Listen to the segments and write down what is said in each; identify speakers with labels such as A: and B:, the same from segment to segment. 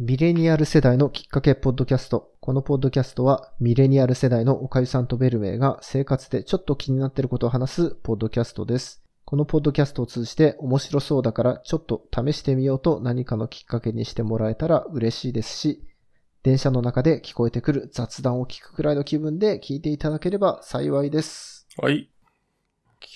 A: ミレニアル世代のきっかけポッドキャスト。このポッドキャストは、ミレニアル世代のおかゆさんとベルメイが生活でちょっと気になっていることを話すポッドキャストです。このポッドキャストを通じて面白そうだからちょっと試してみようと何かのきっかけにしてもらえたら嬉しいですし、電車の中で聞こえてくる雑談を聞くくらいの気分で聞いていただければ幸いです。
B: はい。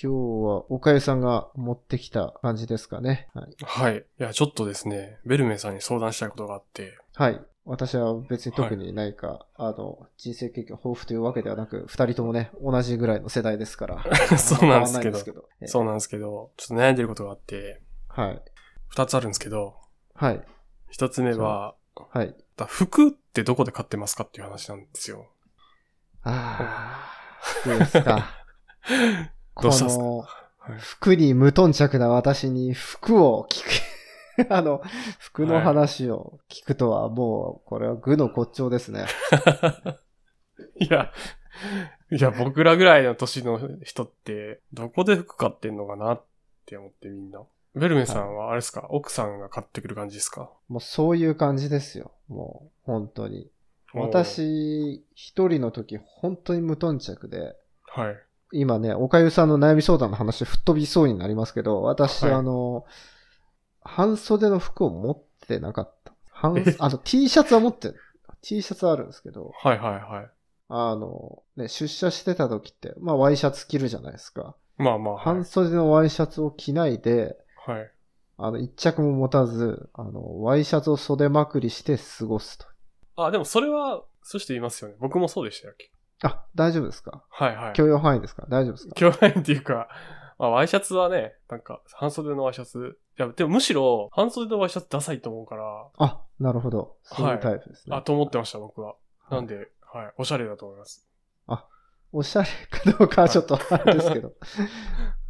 A: 今日はおかゆさんが持ってきた感じですかね。はい。
B: はい。いや、ちょっとですね、ベルメイさんに相談したいことがあ って、
A: はい。私は別に特に何か、あの、人生経験豊富というわけではなく、二人ともね、同じぐらいの世代ですから。
B: そうなんです
A: あま変わらな
B: けど
A: いどええ
B: そうなんですけど、ちょっと悩んでることがあって、
A: はい。
B: 二つあるんですけど、
A: はい。
B: 一つ目は、
A: はい。
B: だ服ってどこで買ってますかっていう話なんですよ。
A: ああ、どうですか。
B: どうしたんですか
A: こ
B: は
A: の、
B: い
A: 服に無頓着な私に服を聞く。 あの、服の話を聞くとはもう、これは愚の骨頂ですね。
B: いや、いや、僕らぐらいの年の人って、どこで服買ってんのかなって思ってみんな。ベルメイさんはあれですか、奥さんが買ってくる感じですか
A: もうそういう感じですよ。もう、本当に。私、一人の時、本当に無頓着で、
B: おーはい。
A: 今ね、おかゆさんの悩み相談の話、吹っ飛びそうになりますけど、私、
B: はい
A: あの、半袖の服を持ってなかった。半
B: え、
A: あの、T シャツは持ってる。T シャツはあるんですけど、
B: はいはいはい。
A: あの、ね、出社してた時って、まあ、ワイシャツ着るじゃないですか。
B: まあまあ、はい
A: 半。袖のワイシャツを着ないで、
B: はい、
A: あの、一着も持たず、あの、ワイシャツを袖まくりして過ごすと。
B: あ、でもそれは、そうして言いますよね。僕もそうでしたよ。
A: あ、大丈夫ですか
B: はいはい。
A: 許容範囲ですか大丈夫ですか
B: 今日ないっていうか、まあ、ワイシャツはね、なんか、半袖のワイシャツ。いや、でもむしろ、半袖のワイシャツダサいと思うから、
A: あ、なるほど。そういうタイプですね。
B: あ、と思ってました、僕は。
A: い
B: なんで、はい、おしゃれだと思います。
A: おしゃれかどうかはちょっとあれですけど。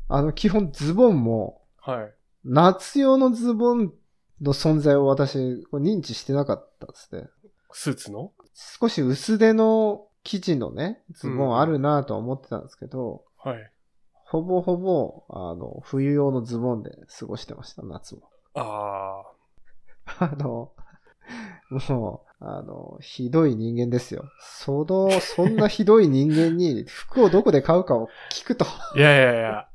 A: あの、基本ズボンも、
B: はい。
A: 夏用のズボンの存在を私、こう認知してなかったですね。
B: スーツの
A: 少し薄手の生地のね、ズボ
B: う
A: ン
B: ん
A: あるなとは思ってたんですけど、
B: はい。
A: ほぼほぼ、あの、冬用のズボンで過ごしてました、夏も。
B: あ
A: あの、もう、あの、ひどい人間ですよ。その、そんなひどい人間に服をどこで買うかを聞くと。
B: ー。いやいやいや。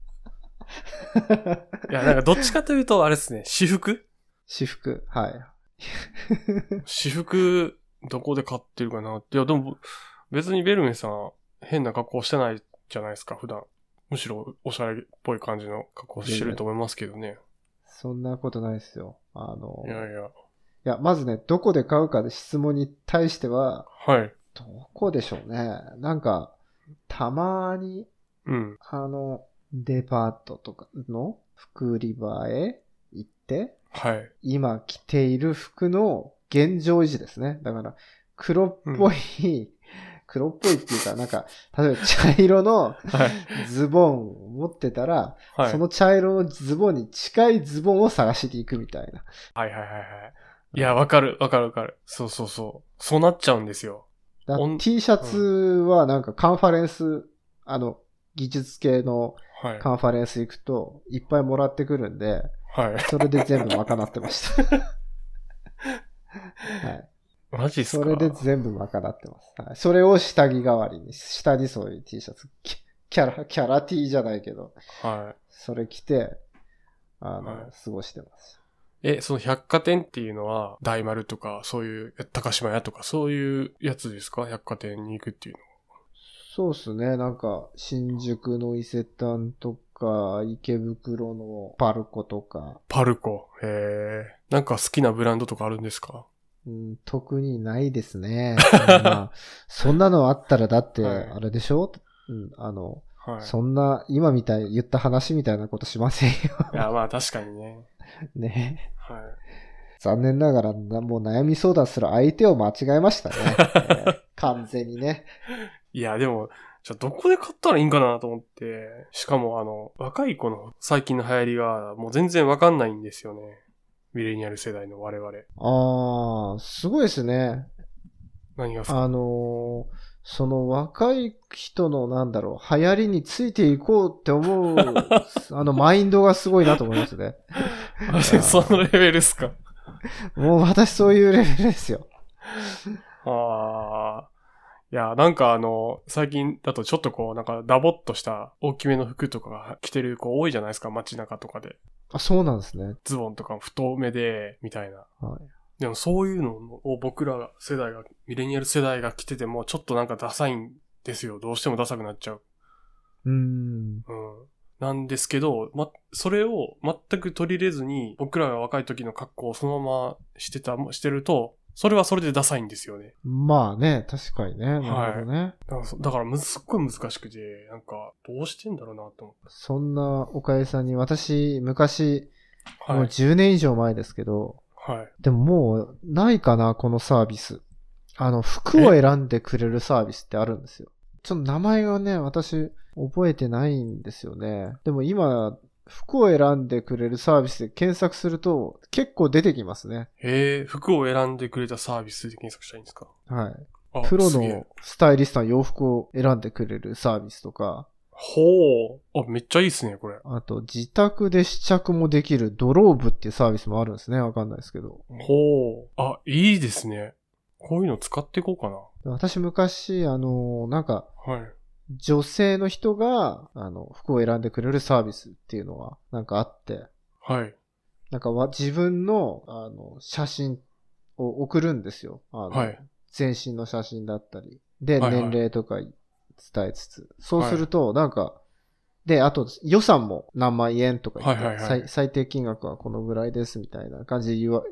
B: いや、なんか、どっちかというと、あれですね、私服
A: 私服。はい。
B: 私服、どこで買ってるかなって。いや、でも、別にベルメンさん、変な格好してないじゃないですか、普段。むしろ、おしゃれっぽい感じの格好してると思いますけどね。
A: そんなことないですよ。あの、
B: い
A: いや
B: やいや。
A: まずね、どこで買うかで質問に対しては、
B: はい。
A: どこでしょうね。なんか、たまに、
B: うん。
A: あの、デパートとかの服売り場へ行って、
B: はい。
A: 今着ている服の現状維持ですね。だから、黒っぽい、黒っぽいっていうか、なんか、例えば茶色の
B: はい。
A: ズボンを持ってたら、
B: はい。
A: その茶色のズボンに近いズボンを探しに行くみたいな。
B: はいはいはいはい。いや、わかる、わかるわかる。そうそうそう。そうなっちゃうんですよ。
A: だ
B: オン
A: T シャツはなんかカンファレンス、あの、技術系の
B: はい。
A: カンファレンス行くといっぱいもらってくるんで、
B: はい。
A: それで全部賄ってました。はい。
B: マジっす
A: そ
B: か
A: れで全部賄ってます。はい、それを下着代わりに、下にそういう T シャツ、キキャラ、キャラ T じゃないけど、
B: は
A: それ着て、あの、
B: はい
A: 過ごしてます。
B: い。え、その百貨店っていうのは、大丸とか、そういう、高島屋とか、そういうやつですか百貨店に行くっていうの
A: そうっすね。なんか、新宿の伊勢丹とか、池袋のパルコとか、
B: パルコ。へえ。なんか好きなブランドとかあるんですか
A: うん、特にないです ね。まあ、そんなのあったらだって、
B: はい
A: あれでしょ、うん、あの、
B: はい。
A: そんな、今みたい、言った話みたいなことしませんよ。
B: いや、まあ確かにね。
A: ね。
B: はい。
A: 残念ながら、なもう悩み相談する相手を間違えましたね。え ー完全にね。
B: いや、でも、じゃあどこで買ったらいいんかなと思って、しかもあの、若い子の最近の流行りがもう全然わかんないんですよね。ミレニアル世代の我々。
A: あー、すごいですね。
B: 何がですか
A: あのーその若い人の、なんだろう、流行りについていこうって 思う、あの、マインドがすごいなと思いますね。
B: あれそのレベルっすか
A: もう私そういうレベルですよ。
B: ああ。いや、なんかあの、最近だとちょっとこう、なんかダボっとした大きめの服とかが着てる子多いじゃないですか、街中とかで。
A: あ、そうなんですね。
B: ズボンとか太めで、みたいな。
A: は
B: でもそういうのを僕ら世代が、ミレニアル世代が着てても、ちょっとなんかダサいんですよ。どうしてもダサくなっちゃう。
A: うーん。
B: うん。なんですけど、ま、それを全く取り入れずに、僕らが若い時の格好をそのまましてた、してると、それはそれでダサいんですよね。
A: まあね、確かにね。なるほどね。
B: だからそ、だからむず、すっごい難しくて、なんか、どうしてんだろうなと思
A: そんな岡江さんに私、昔、
B: って。
A: も
B: は
A: う
B: い。
A: 10年以上前ですけど、
B: はい。
A: でももうないかな、このサービス。あの、服を選んでくれるサービスってあるんですよ。ちょっと名前がね、私、覚えてないんですよね。でも今、服を選んでくれるサービスで検索すると、結構出てきますね。
B: えー、服を選んでくれたサービスで検索したらいいんですか
A: はい。
B: あ
A: プロ
B: すげえ
A: のスタイリストの洋服を選んでくれるサービスとか、
B: ほう。あ、めっちゃいいっすね、これ。
A: あと、自宅で試着もできるドローブっていうサービスもあるんですね。わかんないですけど。
B: ほう。あ、いいですね。こういうの使っていこうか
A: 私昔、あの、なんか、
B: な。はい。
A: 女性の人が、あの、服を選んでくれるサービスっていうのは、なんかあって、
B: はい。
A: なんかわ自分の、あの、写真を送るんですよ。あの、
B: はい
A: 全身の写真だったり。で、
B: はいはい
A: 年齢とか伝えつつ。そうすると、なんか、で、あと、予算も何万円とか言って、
B: はいはいはい
A: 最最低金額はこのぐらいですみたいな感じで言わ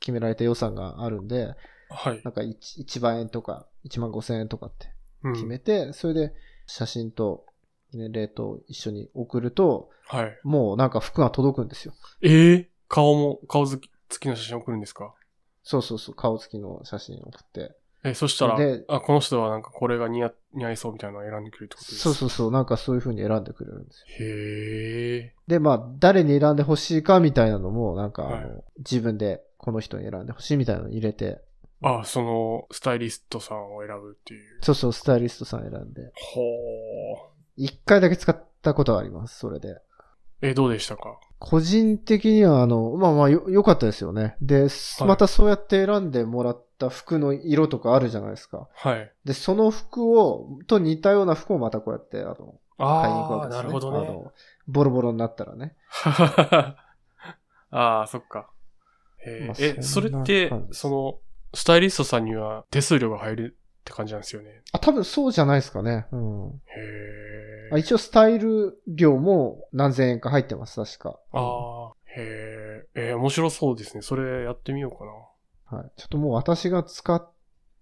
A: 決められた予算があるんで、
B: はい。
A: なんか 1, 1万円とか、1万5千円とかって
B: うん
A: 決めて、それで写真と年齢と一緒に送ると、
B: はい。
A: もうなんか服が届くんですよ。
B: えー、顔も、顔付き、付きの写真送るんですか
A: そうそうそう、顔つきの写真送って。
B: え、そしたら
A: で、
B: あ、この人はなんかこれが似合、似合いそうみたいなのを選んでくれるってことです
A: そうそうそう、なんかそういう風に選んでくれるんですよ。
B: へえ。
A: で、まあ、誰に選んでほしいかみたいなのも、なんかあの、
B: はい
A: 自分でこの人に選んでほしいみたいなの入れて、
B: あ、その、スタイリストさんを選ぶっていう。
A: そうそう、スタイリストさん選んで。
B: ほー。
A: 一回だけ使ったことがあります、それで。
B: え、どうでしたか
A: 個人的には、あの、まあまあ、よ、良かったですよね。で、
B: はい
A: またそうやって選んでもらった服の色とかあるじゃないですか。
B: はい。
A: で、その服を、と似たような服をまたこうやって、あの、買いに行く
B: あ
A: わ
B: あ、
A: けです
B: な
A: よね。
B: るほど
A: あ
B: ね。
A: の、ボロボロになったらね。
B: ああ、そっか。えー
A: まあ
B: え、そ
A: そ
B: れ
A: んな
B: って
A: 感、じ
B: その、スタイリストさんには手数料が入るって感じなんですよね。
A: あ、多分そうじゃないですかね。うん。
B: へ
A: あ
B: え。
A: 一応スタイル料も何千円か入ってます、確か。
B: ああ、へえ。えー、面白そうですね。それやってみようかな。
A: はい。ちょっともう私が使っ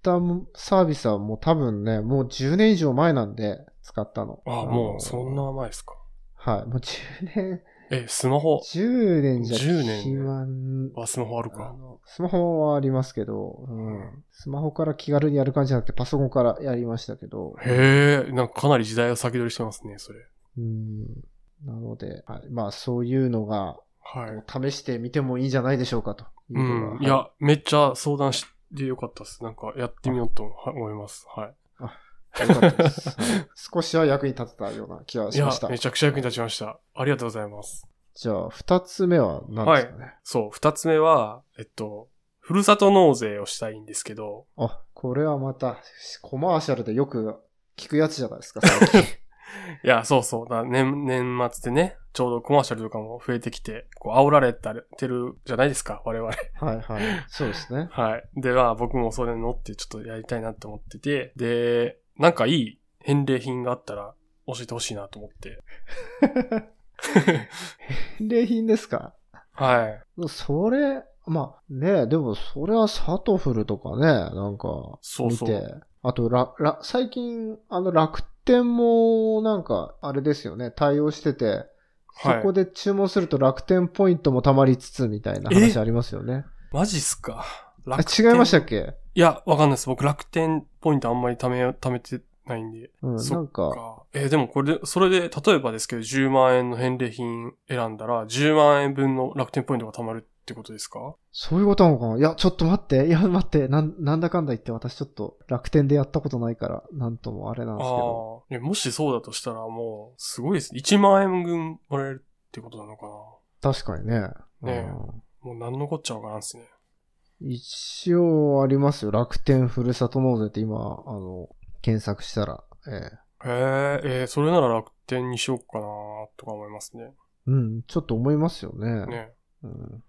A: たサービスはもう多分ね、もう10年以上前なんで、使ったの。
B: ああ、
A: の
B: もう、そん。な前ですか。
A: はい。もう10年、
B: え、スマホ
A: 10年じゃ
B: 10年
A: 気はん
B: あ、スマホある
A: あ
B: か。
A: のスマホはありますけど、うん
B: うん
A: スマホから気軽にやる感じじゃなくて、パソコンからやりましたけど、
B: へえ、なんかかなり時代を先取りしてますね、それ。
A: うんなので、はいまあそういうのが、
B: はい。
A: 試してみてもいいんじゃないでしょうかという
B: う
A: のが
B: ん。
A: はい
B: いや、めっちゃ相談してよかったです。なんか、やってみようとは思います。はい。
A: よかったです はい少しは役に立てたような気が
B: い
A: し
B: や
A: ました、。
B: めちゃくちゃ役に立ちました。ありがとうございます。
A: じゃあ、二つ目は何ですかね。
B: そう、二つ目は、えっと、ふるさと納税をしたいんですけど、
A: あ、これはまた、コマーシャルでよく聞くやつじゃないですか、最近
B: いや、そうそう、だ年、年末でね、ちょうどコマーシャルとかも増えてきて、こう、煽られたりてるじゃないですか、我々。
A: はいはい。そうですね。
B: はい。では、僕もそれに乗ってちょっとやりたいなと思ってて、で、なんかいい返礼品があったら教えてほしいなと思って。
A: 返礼品ですか
B: はい。
A: それ、まあね、でもそれはサトフルとかね、なんか
B: そう
A: 見て、
B: そう
A: あとらら最近あの楽天もなんかあれですよね、対応してて、そ
B: はい
A: こで注文すると楽天ポイントも貯まりつつみたいな話ありますよね。
B: マジっすか。
A: あ
B: 楽天
A: 違いましたっけ
B: いや、わかんないです。僕楽天ポイントあんまり貯め、貯めてないんで。
A: うん、
B: そっ
A: なんか、
B: かえーでもこれで、それで、例えばですけど、10万円の返礼品選んだら、10万円分の楽天ポイントが貯まるってことですか
A: そういうことなのかないや、ちょっと待って、いや、待って、なんなんだかんだ言って私ちょっと楽天でやったことないから、なんともあれなん
B: あ
A: ですけど。
B: あー。いやもしそうだとしたらもう、すごいですね。1万円分もらえるってことなのかな。
A: 確かにね。
B: ねえ
A: うん
B: もう何のこっちゃわからんっすね。
A: 一応ありますよ。楽天ふるさと納税って今、あの、検索したら、ええ
B: へえ、えーそれなら楽天にしようかなとか思いますね。
A: うん、ちょっと思いますよね。
B: ね。
A: うん、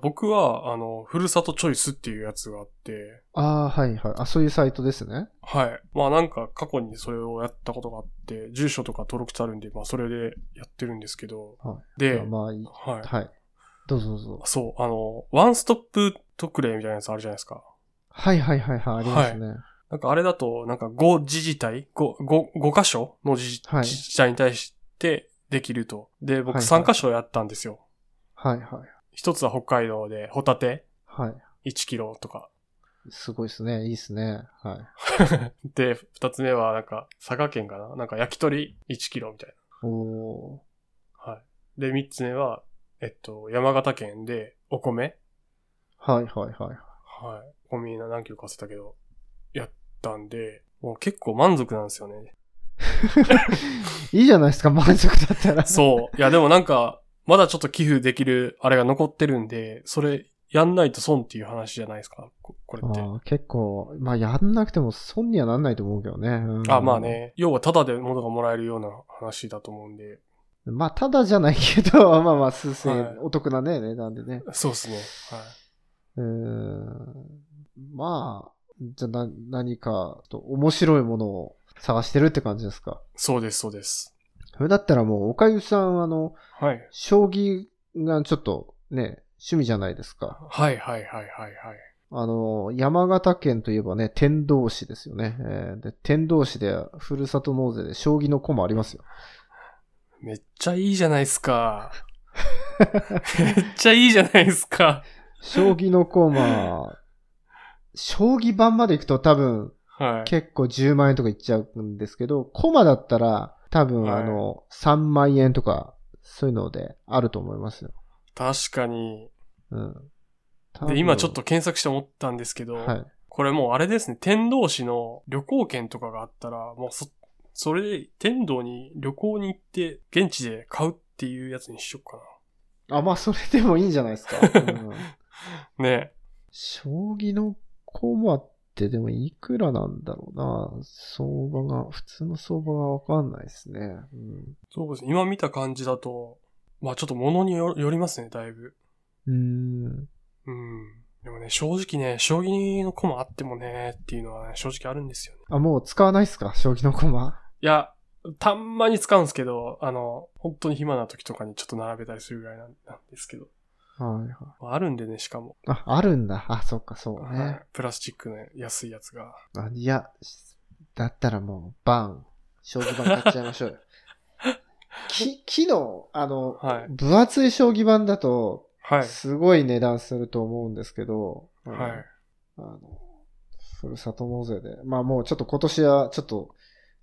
B: 僕は、あの、ふるさとチョイスっていうやつがあって、
A: ああ、はいはい。あ、そういうサイトですね。
B: はい。まあなんか過去にそれをやったことがあって、住所とか登録してあるんで、まあそれでやってるんですけど、
A: は
B: で、
A: いやまあいい。
B: はい。
A: はい。どうぞどうぞ。
B: そう、あの、ワンストップ特例みたいなやつあるじゃないですか。
A: はいはいはいはい、ありますね。
B: なんかあれだと、なんか5自治体、5、5、5箇所の自治,、
A: はい
B: 自治体に対してできると。で、僕
A: はい
B: 3箇所やったんですよ。
A: はいはい。
B: 一つは北海道でホタテ
A: はい。
B: 1キロとか。
A: すごいですね。いいですね。はい。
B: で、二つ目はなんか佐賀県かななんか焼き鳥1キロみたい
A: おー。
B: な。はい。で、三つ目は、えっと、山形県でお米
A: はいはいはい。
B: はい。お米な何キロか忘れたけど、やったんで、もう結構満足なんですよね。
A: いいじゃないですか、満足だったら。
B: そう。いや、でもなんか、まだちょっと寄付できるあれが残ってるんで、それやんないと損っていう話じゃないですか、ここれって。
A: ああ結構、まあ、やんなくても損にはなんないと思うけどね。うん
B: あ、まあ。ね。要はタダで物がもらえるような話だと思うんで。
A: まあ、ただじゃないけど、 まあまあ、数千円、
B: はい
A: お得なね、値段でね。
B: そうですね。はい。
A: うーん。まあ、じゃあ、な、何か、と面白いものを探してるって感じですか。
B: そうです、そうです。
A: それだったらもう、おかゆさん、あの、
B: はい。
A: 将棋がちょっとね、趣味じゃないですか。
B: はい、はい、はい、はい、はい。
A: あの、山形県といえばね、天童市ですよね。えーで天童市で、ふるさと納税で将棋の駒ありますよ。
B: めっちゃいいじゃないですか。めっちゃいいじゃないですか。
A: 将棋の駒、将棋盤まで行くと多分、
B: はい。
A: 結構10万円とかいっちゃうんですけど、コマだったら多分
B: はい
A: あの、3万円とか、そういうのであると思いますよ。
B: 確かに。
A: うん。多分
B: で、今ちょっと、検索して思ったんですけど、
A: はい。
B: これもうあれですね、天童市の旅行券とかがあったら、もうそ、それで天童に旅行に行って、現地で買うっていうやつにしよっか
A: あ、まあそれでもいいんじゃないです か。うん、
B: な。ね
A: 将棋のコマってでもいくらなんだろうな。相場が、普通の相場がわかんないですね。うん
B: そうですね。今見た感じだと、まあちょっと物によよりますね、だいぶ。
A: うーん。
B: うん。でもね、正直ね、将棋の駒あってもね、っていうのはね、正直あるんですよね。
A: あ、もう使わないっすか将棋のコマ。
B: いや、たんまに使うんですけど、あの、本当に暇な時とかにちょっと並べたりするぐらいなんなんですけど。
A: はいはい。
B: まああるんでね、しかも。
A: あ、あるんだ。あ、そっか、そう
B: は
A: ね
B: い。プラスチックの安いやつが。
A: あいや、しだったらもう、バン、将棋盤買っちゃいましょ うよ。木、木の、あの、
B: はい
A: 分厚い将棋盤だと、
B: はい。
A: すごい値段すると思うんですけど、うん
B: はい。
A: あの、ふるさと納税で。まあもうちょっと今年はちょっと、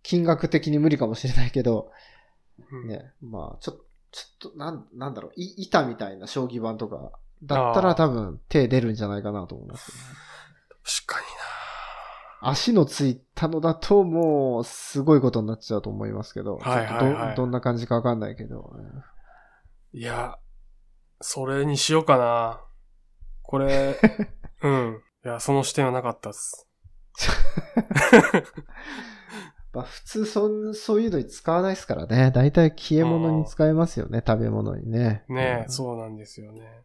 A: 金額的に無理かもしれないけど、
B: うん
A: ね、まあちょっと、ちょっと、なん、なんだろう、い、板みたいな将棋盤とか、だったら多分手出るんじゃないかなと思います、ね。
B: 確かに
A: 足のついたのだともうすごいことになっちゃうと思いますけど、
B: はいはいはい
A: ちょっとどどんな感じかわかんないけど、
B: な。いや、それにしようかな。これ、うん。いや、その視点はなかったっす。
A: まあ、普通そんそういうのに使わないですからね、大体消え物に使えますよね、食べ物にね。
B: ねえ、
A: うん
B: そうなんですよね。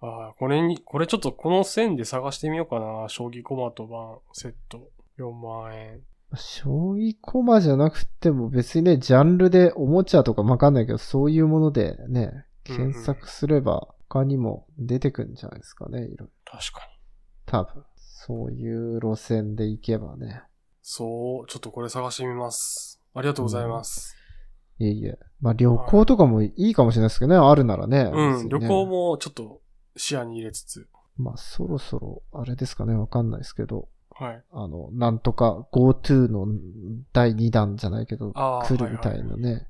B: ああ、これに、これちょっとこの線で探してみようかな。将棋コマと盤セット。4万円。
A: 将棋コマじゃなくても別にね、ジャンルでおもちゃとかわかんないけど、そういうものでね、検索すれば他にも出てくんじゃないですかね、いろいろ。
B: 確かに。
A: 多分。そういう路線で行けばね。
B: そう、ちょっとこれ探してみます。ありがとうございます。
A: いえいえ。まあ旅行とかもいいかもしれないですけどね、あるならね。
B: うん、
A: 別にね
B: 旅行。もちょっと視野に入れつつ。
A: まあそろそろ、あれですかね、わかんないですけど、
B: はい。
A: あの、なんとか GoTo の第2弾じゃないけど、
B: ああ
A: 来るみたいなね。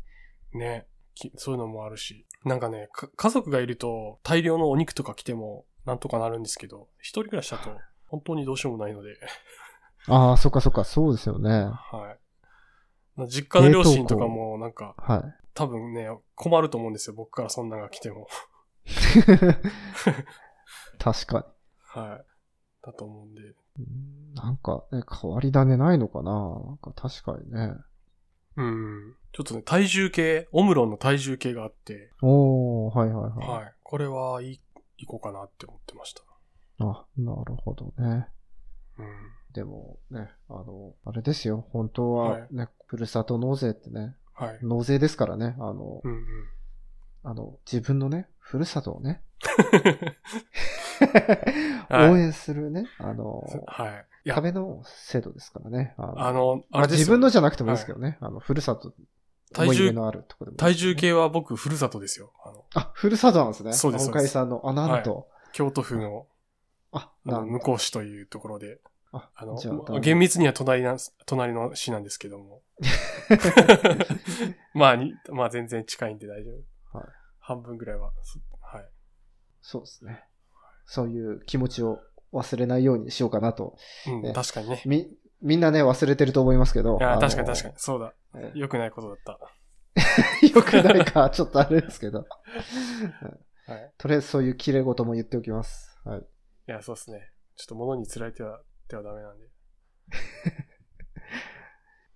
B: ね。きそういうのもあるし。なんかね、か家族がいると大量のお肉とか来てもなんとかなるんですけど、一人暮らしだと本当にどうしようもないので、
A: ああ、そっかそっか、そうですよね。
B: はい。な実家の両親とか
A: 冷凍
B: もなんか
A: はい。
B: 多分ね、困ると思うんですよ。僕からそんなんが来ても。
A: 確か
B: はい。だと思うんで。
A: に。うんなんか、ね、変わり種ないのかななんか確かにね。
B: うん。ちょっとね、体重計、オムロンの体重計があって、
A: おー、はいはいはい。
B: はい。これはいい、いこうかなって思ってました。
A: あ、なるほどね。
B: うん。
A: でもね、あの、あれですよ。本当
B: は
A: はいね、ふるさと納税ってね、
B: はい。
A: 納税ですからね、あの、
B: うんうん。
A: あの、自分のね、ふるさとをね、
B: はい
A: 応援するね、あの、
B: はい。いや
A: 壁の制度ですからね。あの
B: あの、
A: ま
B: あれですよ
A: 自分のじゃなくてもいいですけどね、あの、ふるさと、
B: 体重
A: 思い入れのあるところでもい
B: 体
A: いですね、
B: 重計は僕、ふるさとですよ。あの、
A: あ、ふるさとなんですね。
B: そうです
A: 青海さんの、あ、なんと。
B: 京都府の、
A: あ、な
B: あの
A: ん
B: 向こう市というところで、
A: あ
B: あの
A: じゃあ、
B: まあ厳密には隣なんす、隣の市なんですけ ども。 まあ、にまあ全然近いんで大丈夫。
A: はい
B: 半分ぐらいは、そはい。
A: そうですね。そういう気持ちを忘れないようにしようかなと。
B: うん、
A: ね
B: 確かにね。
A: み、みんなね、忘れてると思いますけど。
B: いや、確かに確かに。そうだ。
A: に。え
B: 良くないことだった。
A: え よくないか、ちょっとあれですけど。
B: はい。
A: とりあえずそういう綺麗事も言っておきます。はい。
B: いや、そうですね。ちょっと物につられては、ではダメなんで。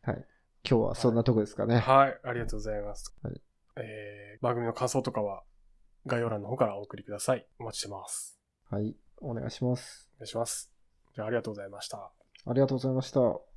A: 今日はそんなとこですかね。
B: はい、ありがとうございます。
A: はい
B: えー、番組の感想とかは、概要欄の方からお送りください。お待ちしてます。
A: はい。お願いします。
B: お願いします。じゃあ、ありがとうございました。
A: ありがとうございました。